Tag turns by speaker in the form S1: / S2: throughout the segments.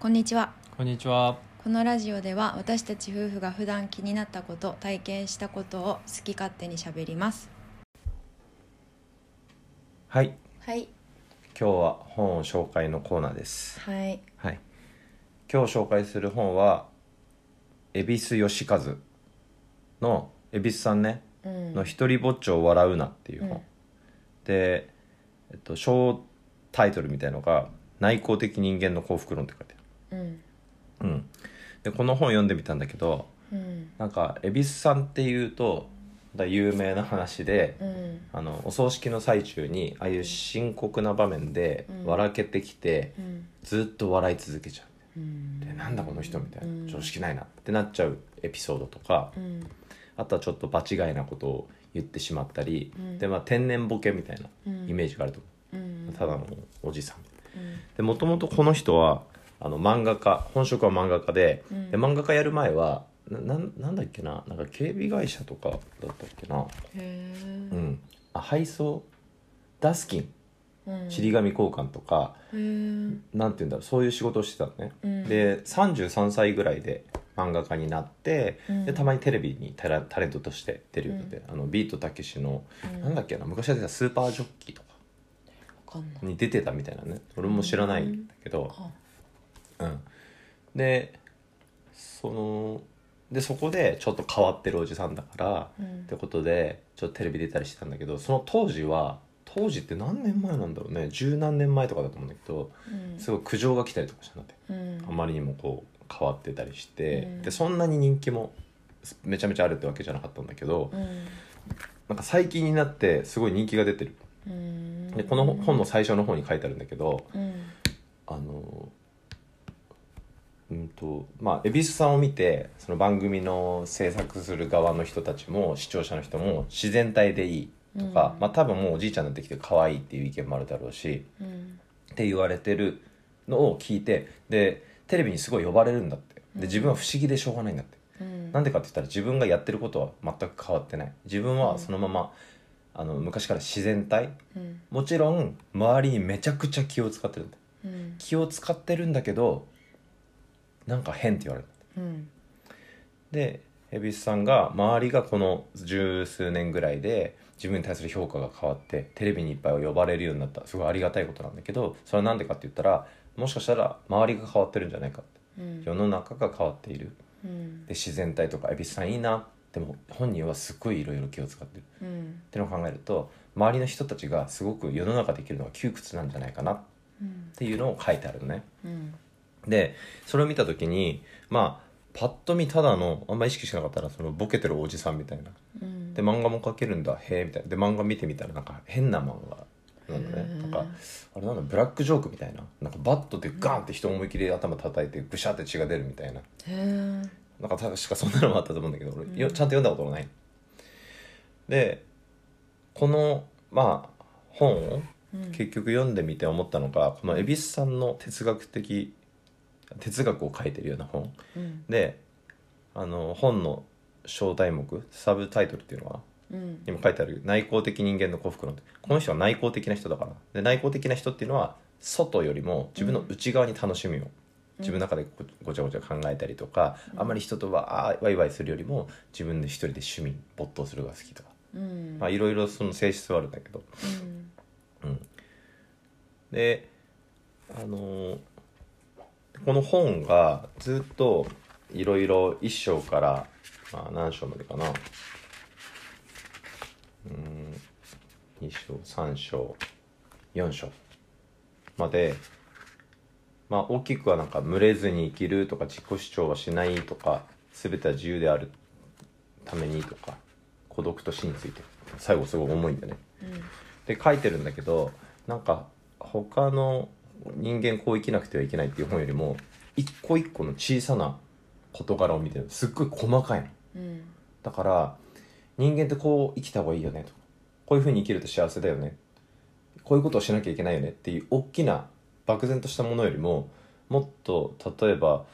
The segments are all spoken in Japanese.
S1: こんにちは
S2: こんにちは。
S1: このラジオでは私たち夫婦が普段気になったこと体験したことを好き勝手にしゃべります
S3: はい
S1: はい
S3: 今日は本紹介のコーナーです
S1: はい
S3: はい今日紹介する本は恵比寿義和の恵比寿さんね、
S1: うん
S3: の「一人ぼっちを笑うな」っていう本、
S1: うん
S3: で、えっと、小タイトルみたいのが「内向的人間の幸福論」って書いて
S1: うん
S3: ある、うん、でこの本読んでみたんだけど
S1: うん
S3: なんか恵比寿さんっていうとだ有名な話で、
S1: うん
S3: あのお葬式の最中にああいう深刻な場面で笑けてきて、
S1: うん
S3: ずっと笑い続けちゃ
S1: う
S3: うんでなんだこの人みたい
S1: うん
S3: な常識ないなってなっちゃうエピソードとか
S1: うん
S3: あとはちょっと場違いなことを言ってしまったり、
S1: ん
S3: でまあ、天然ボケみたいな
S1: うん
S3: イメージがあると思
S1: う
S3: う、
S1: ん
S3: ただのおじさんでもともとこの人はあの漫画家本職は漫画家で,、
S1: うん
S3: で漫画家やる前はななんなんだっけななんか警備会社とかだったっけな、
S1: へえ
S3: うん、あ配送ダスキン
S1: うん
S3: 尻紙交換とか、
S1: へー
S3: なんて言うんだろうそういう仕事をしてたのね、
S1: うん
S3: で33歳ぐらいで漫画家になって、
S1: うん
S3: でたまにテレビにタレタレントとして出るようになって、あのビートたけしの、
S1: うん
S3: なんだっけな昔やってたスーパージョッキーとか
S1: わかんない
S3: に出てたみたいなね俺も知らないんだけど、
S1: あ
S3: うん、でそのでそこでちょっと変わってるおじさんだから、
S1: うん
S3: ってことでちょっとテレビ出たりしてたんだけどその当時は当時って何年前なんだろうね十何年前とかだと思うんだけど
S1: うん
S3: すごい苦情が来たりとかしたんだって。
S1: うん
S3: あまりにもこう変わってたりして、
S1: うん
S3: でそんなに人気もめちゃめちゃあるってわけじゃなかったんだけど、
S1: うん
S3: なんか最近になってすごい人気が出てる
S1: うん
S3: でこの本の最初の方に書いてあるんだけど
S1: うん
S3: あのうんとまあ蛭子さんを見てその番組の制作する側の人たちも視聴者の人も自然体でいいとか、
S1: うん
S3: まあ、多分もうおじいちゃんになってきて可愛いっていう意見もあるだろうし
S1: うん
S3: って言われてるのを聞いてでテレビにすごい呼ばれるんだってで自分は不思議でしょうがないんだって、
S1: うん
S3: なんでかって言ったら自分がやってることは全く変わってない自分はそのまま、あの昔から自然体
S1: うん
S3: もちろん周りにめちゃくちゃ気を使ってるんだ
S1: うん
S3: 気を使ってるんだけどなんか変って言われる
S1: うん
S3: で蛭子さんが周りがこの十数年ぐらいで自分に対する評価が変わってテレビにいっぱい呼ばれるようになったすごいありがたいことなんだけどそれは何でかって言ったらもしかしたら周りが変わってるんじゃないかって
S1: うん
S3: 世の中が変わっている
S1: うん
S3: で自然体とか蛭子さんいいなでも本人はすごいいろいろ気を使ってるっ
S1: うん
S3: てのを考えると周りの人たちがすごく世の中できるのが窮屈なんじゃないかなっ
S1: うん
S3: ていうのを書いてあるのね。
S1: うん
S3: でそれを見た時にまあパッと見ただのあんま意識しなかったらそのボケてるおじさんみたいな
S1: うん
S3: で漫画も描けるんだへえみたいなで漫画見てみたらなんか変な漫画なんだね
S1: へえ
S3: なんかあれなんだブラックジョークみたいななんかバットでガンって人思い切り頭叩いてぐしゃって血が出るみたいな
S1: へえ
S3: なんか確かそんなのもあったと思うんだけど俺、よちゃんと読んだことがないでこのまあ本を結局読んでみて思ったのが、この蛭子さんの哲学的哲学を書いてるような本
S1: うん
S3: であの本の小題目サブタイトルっていうのは
S1: うん
S3: 今書いてある内向的人間の幸福論ってこの人は内向的な人だからで内向的な人っていうのは外よりも自分の内側に楽しみを、自分の中でごごちゃごちゃ考えたりとか、あまり人とはあーワイワイするよりも自分で一人で趣味没頭するのが好きとか、
S1: うん
S3: まあいろいろその性質はあるんだけど
S1: うん
S3: であのーこの本がずっといろいろ1章から、まあ、何章までかなうーん2章3章4章まで、まあ、大きくはなんか「群れずに生きる」とか「自己主張はしない」とか「全ては自由であるために」とか「孤独と死について」最後すごい重いんだね。で書いてるんだけどなんか他の人間こう生きなくてはいけないっていう本よりも一個一個の小さな事柄を見てるすっごい細かいの
S1: うん
S3: だから人間ってこう生きた方がいいよねとかこういうふうに生きると幸せだよねこういうことをしなきゃいけないよねっていう大きな漠然としたものよりももっと例えば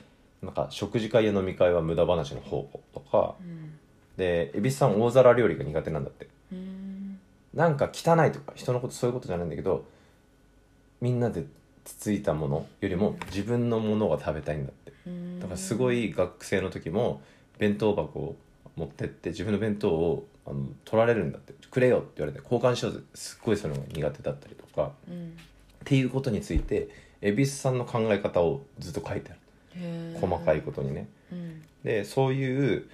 S3: なんか食事会や飲み会は無駄話の方法とか
S1: うん
S3: で蛭子さん大皿料理が苦手なんだって
S1: うん
S3: なんか汚いとか人のことそういうことじゃないんだけどみんなでつついたものよりも自分のものが食べたいんだってだからすご
S1: い
S3: い学生の時も弁当箱を持ってって自分の弁当をあの取られるんだってくれよって言われて交換しようぜすっごいそれが苦手だったりとか
S1: うん
S3: っていうことについて恵比寿さんの考え方をずっと書いてある
S1: へー
S3: 細かいことにね
S1: うん
S3: でそういう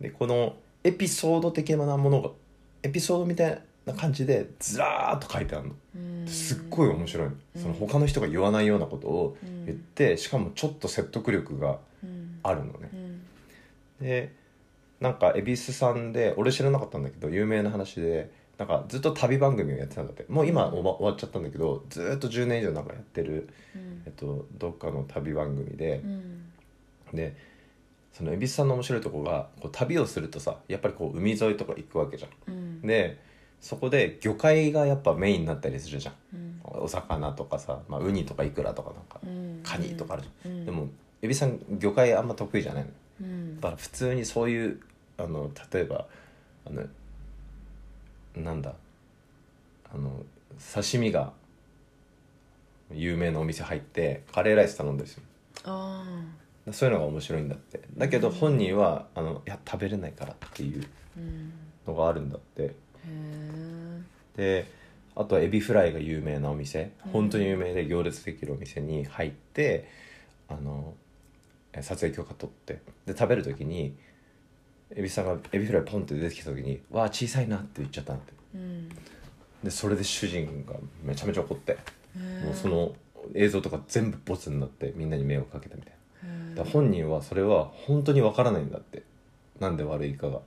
S3: でこのエピソード的なものがエピソードみたいな感じでずらーっと書いてあるの
S1: うん
S3: すっごい面白いのその他の人が言わないようなことを言ってしかもちょっと説得力が
S1: うん
S3: あるのね
S1: うん
S3: でなんか恵比寿さんで俺知らなかったんだけど有名な話でなんかずっと旅番組をやってたんだってもう今終わ終わっちゃったんだけどずーっと10年以上なんかやってる、
S1: うん
S3: えっと、どっかの旅番組で、
S1: うん
S3: でその蛭子さんの面白いとこがこう旅をするとさやっぱりこう海沿いとか行くわけじゃん。
S1: うん
S3: でそこで魚介がやっぱメインになったりするじゃん
S1: うん
S3: お魚とかさ、まあ、ウニとかイクラとかなんか
S1: うん
S3: カニとかあるじゃん、
S1: うん
S3: でも蛭子さん魚介あんま得意じゃないの
S1: うん
S3: だから普通にそういうあの例えばあのなんだあの刺身が有名なお店入ってカレーライス頼んだりする
S1: あ
S3: そういうのが面白いんだってだけど本人はあのいや食べれないからっていう
S1: ーうん
S3: のがあるんだって
S1: へー
S3: であとはエビフライが有名なお店
S1: うん
S3: 本当に有名で行列できるお店に入ってあのえ撮影許可取ってで食べる時にエビさんがエビフライポンって出てきた時に「わあ小さいな」って言っちゃったんだって
S1: うん
S3: でそれで主人がめちゃめちゃ怒って
S1: へー
S3: もうその映像とか全部ボツになってみんなに迷惑かけたみたいな。
S1: へー
S3: だから本人はそれは本当にわからないんだってなんで悪いかが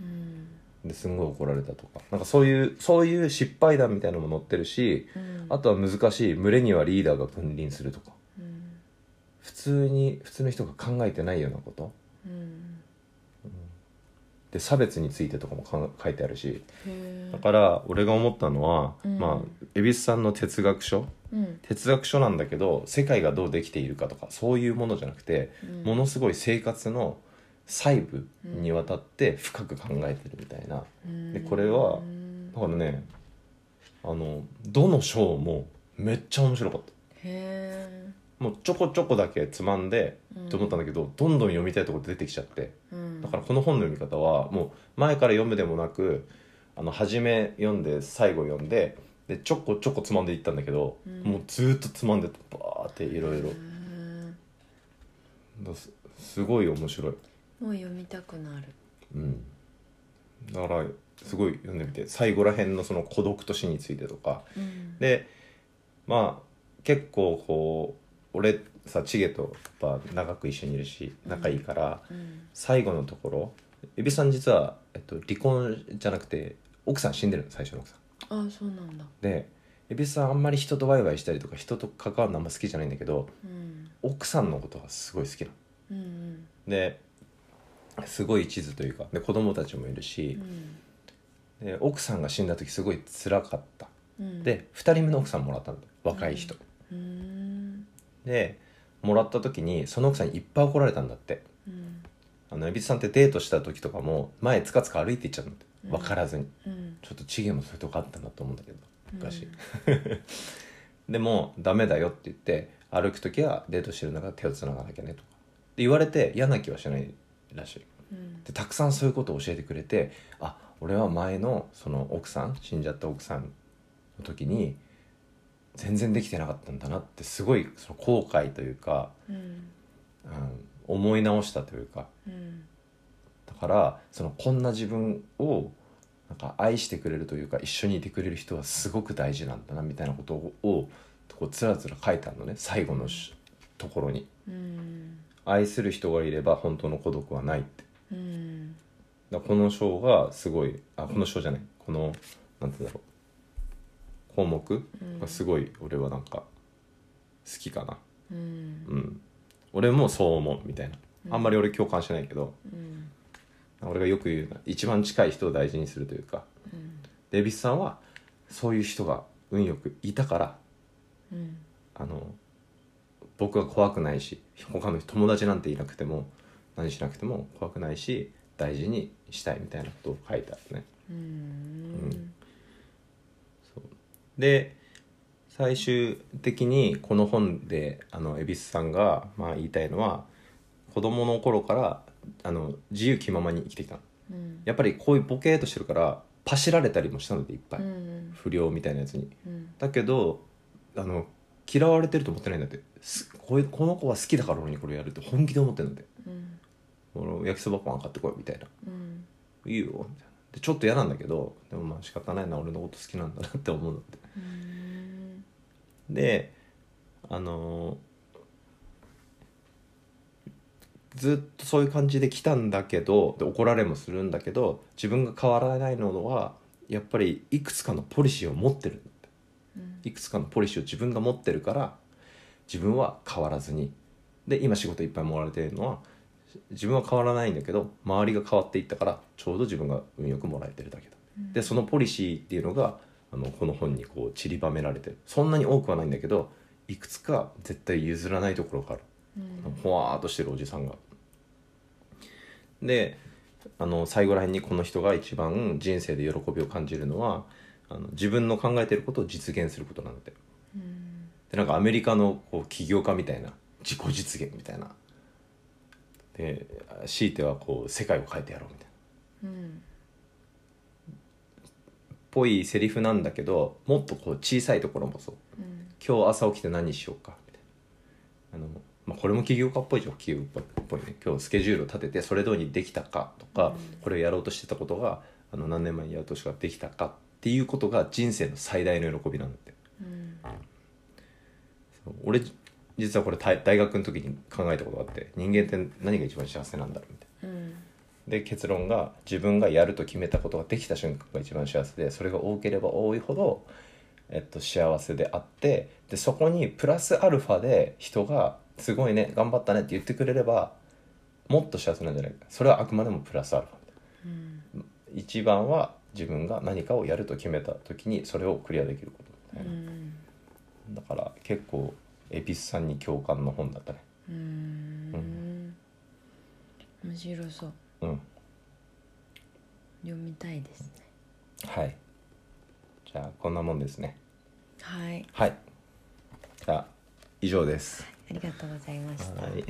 S1: うん
S3: ですんごい怒られたとかなんかそういうそういう失敗談みたいなのも載ってるし
S1: うん
S3: あとは難しい群れにはリーダーが君臨するとか
S1: うん
S3: 普通に普通の人が考えてないようなこと
S1: うん
S3: で差別についてとかもか書いてあるし
S1: へー
S3: だから俺が思ったのは、
S1: うん
S3: まあ恵比寿さんの哲学書
S1: うん
S3: 哲学書なんだけど世界がどうできているかとかそういうものじゃなくて
S1: うん
S3: ものすごい生活の細部にわたって深く考えてるみたいな、でこれは
S1: うん
S3: だからねあのどの章もめっちゃ面白かった
S1: へ
S3: もうちょこちょこだけつまんで
S1: ー
S3: と思ったんだけど、どんどん読みたいとこ出てきちゃって
S1: うん
S3: だからこの本の読み方はもう前から読むでもなくあの初め読んで最後読んででちょこちょこつまんでいったんだけど、
S1: うん
S3: もうずーっとつまんでバーっていろいろ
S1: へー
S3: だすすごい面白い
S1: もう読みたくなる
S3: うん、だからすごい読んでみて最後らへんのその孤独と死についてとか
S1: うん
S3: でまあ結構こう俺さチゲとやっぱ長く一緒にいるし仲いいから、
S1: うん
S3: 最後のところエビさん実は、えっと、離婚じゃなくて奥さん死んでるの最初の奥さん。
S1: ああそうなんだ
S3: でエビさんあんまり人とワイワイしたりとか人と関わるのあんま好きじゃないんだけど
S1: うん
S3: 奥さんのことがすごい好きな
S1: う
S3: の。
S1: ん
S3: ですごい一途というかで子供たちもいるし、
S1: うん
S3: で奥さんが死んだ時すごい辛かった
S1: うん
S3: で2人目の奥さんもらったんだ若い人、
S1: うん
S3: でもらった時にその奥さんにいっぱい怒られたんだって
S1: うん
S3: あの蛭子さんってデートした時とかも前つかつか歩いていっちゃったんだ
S1: うん
S3: って分からずに、
S1: うん
S3: ちょっとチゲもそういうとこあったなと思うんだけど昔、
S1: うん
S3: でもダメだよって言って歩く時はデートしてるんだから手をつながなきゃねとかで言われて嫌な気はしないらしい
S1: うん
S3: でたくさんそういうことを教えてくれてあ俺は前のその奥さん死んじゃった奥さんの時に全然できてなかったんだなってすごいその後悔というか、
S1: うん
S3: うん、思い直したというか
S1: うん
S3: だからそのこんな自分をなんか愛してくれるというか一緒にいてくれる人はすごく大事なんだなみたいなことをこうつらつら書いてあるのね最後のしところに
S1: うん
S3: 「愛する人がいれば本当の孤独はない」って。
S1: うん
S3: だからこの章がすごいあこの章じゃないこのなんて言うんだろう項目
S1: うん
S3: がすごい俺はなんか好きかな
S1: うん
S3: うん俺もそう思うみたいなあんまり俺共感しないけど、
S1: うん
S3: 俺がよく言うのは一番近い人を大事にするというか
S1: うん
S3: デビスさんはそういう人が運よくいたから
S1: うん
S3: あの僕は怖くないし他の友達なんていなくても何しなくても怖くないし大事にしたいみたいなことを書いてあるね
S1: うん
S3: で最終的にこの本であの恵比寿さんがまあ言いたいのは子供の頃からあの自由気ままに生きてきたの
S1: うん
S3: やっぱりこういうボケーっとしてるからパシられたりもしたのでいっぱい、
S1: うん
S3: 不良みたいなやつに
S1: うん
S3: だけどあの嫌われてると思ってないんだってすこういうこの子は好きだから俺にこれやるって本気で思ってるんだって
S1: うん
S3: 俺焼きそばパン買ってこいみたいな
S1: うん
S3: いいよみたいなでちょっと嫌なんだけどでもまあ仕方ないな俺のこと好きなんだなって思うんだって
S1: うん
S3: であのーずっとそういう感じで来たんだけどで怒られもするんだけど自分が変わらないのはやっぱりいくつかのポリシーを持ってるんだって
S1: うん
S3: いくつかのポリシーを自分が持ってるから自分は変わらずにで今仕事いっぱいもられてるのは自分は変わらないんだけど周りが変わっていったからちょうど自分が運よくもらえてるだけだでそのポリシーっていうのがあのこの本にこう散りばめられてるそんなに多くはないんだけどいくつか絶対譲らないところがある
S1: うん
S3: ほわーっとしてるおじさんが。であの最後らへんにこの人が一番人生で喜びを感じるのはあの自分の考えてることを実現することなんだって。
S1: うん
S3: でなんかアメリカのこう起業家みたいな自己実現みたいな。で強いてはこう世界を変えてやろうみたいな。
S1: うん
S3: っぽいセリフなんだけどもっとこう小さいところもそう
S1: うん
S3: 今日朝起きて何しようかみたいなあの、まあ、これも起業家っぽいじゃん起業家っぽいね今日スケジュールを立ててそれ通りにできたかとか、これをやろうとしてたことがあの何年前にやろうとしたできたかっていうことが人生の最大の喜びなんだって
S1: うん
S3: そう俺実はこれ大大学の時に考えたことがあって人間って何が一番幸せなんだろうみたいな。
S1: うん
S3: で結論が自分がやると決めたことができた瞬間が一番幸せでそれが多ければ多いほど、えっと、幸せであってでそこにプラスアルファで人が「すごいね頑張ったね」って言ってくれればもっと幸せなんじゃないかそれはあくまでもプラスアルファ
S1: うん
S3: 一番は自分が何かをやると決めた時にそれをクリアできることみたいな、だから結構恵比寿さんに共感の本だったね
S1: うんうん面白そう
S3: うん
S1: 読みたいですね
S3: はいじゃあこんなもんですね
S1: はい
S3: はいじゃあ以上です
S1: ありがとうございました
S3: はい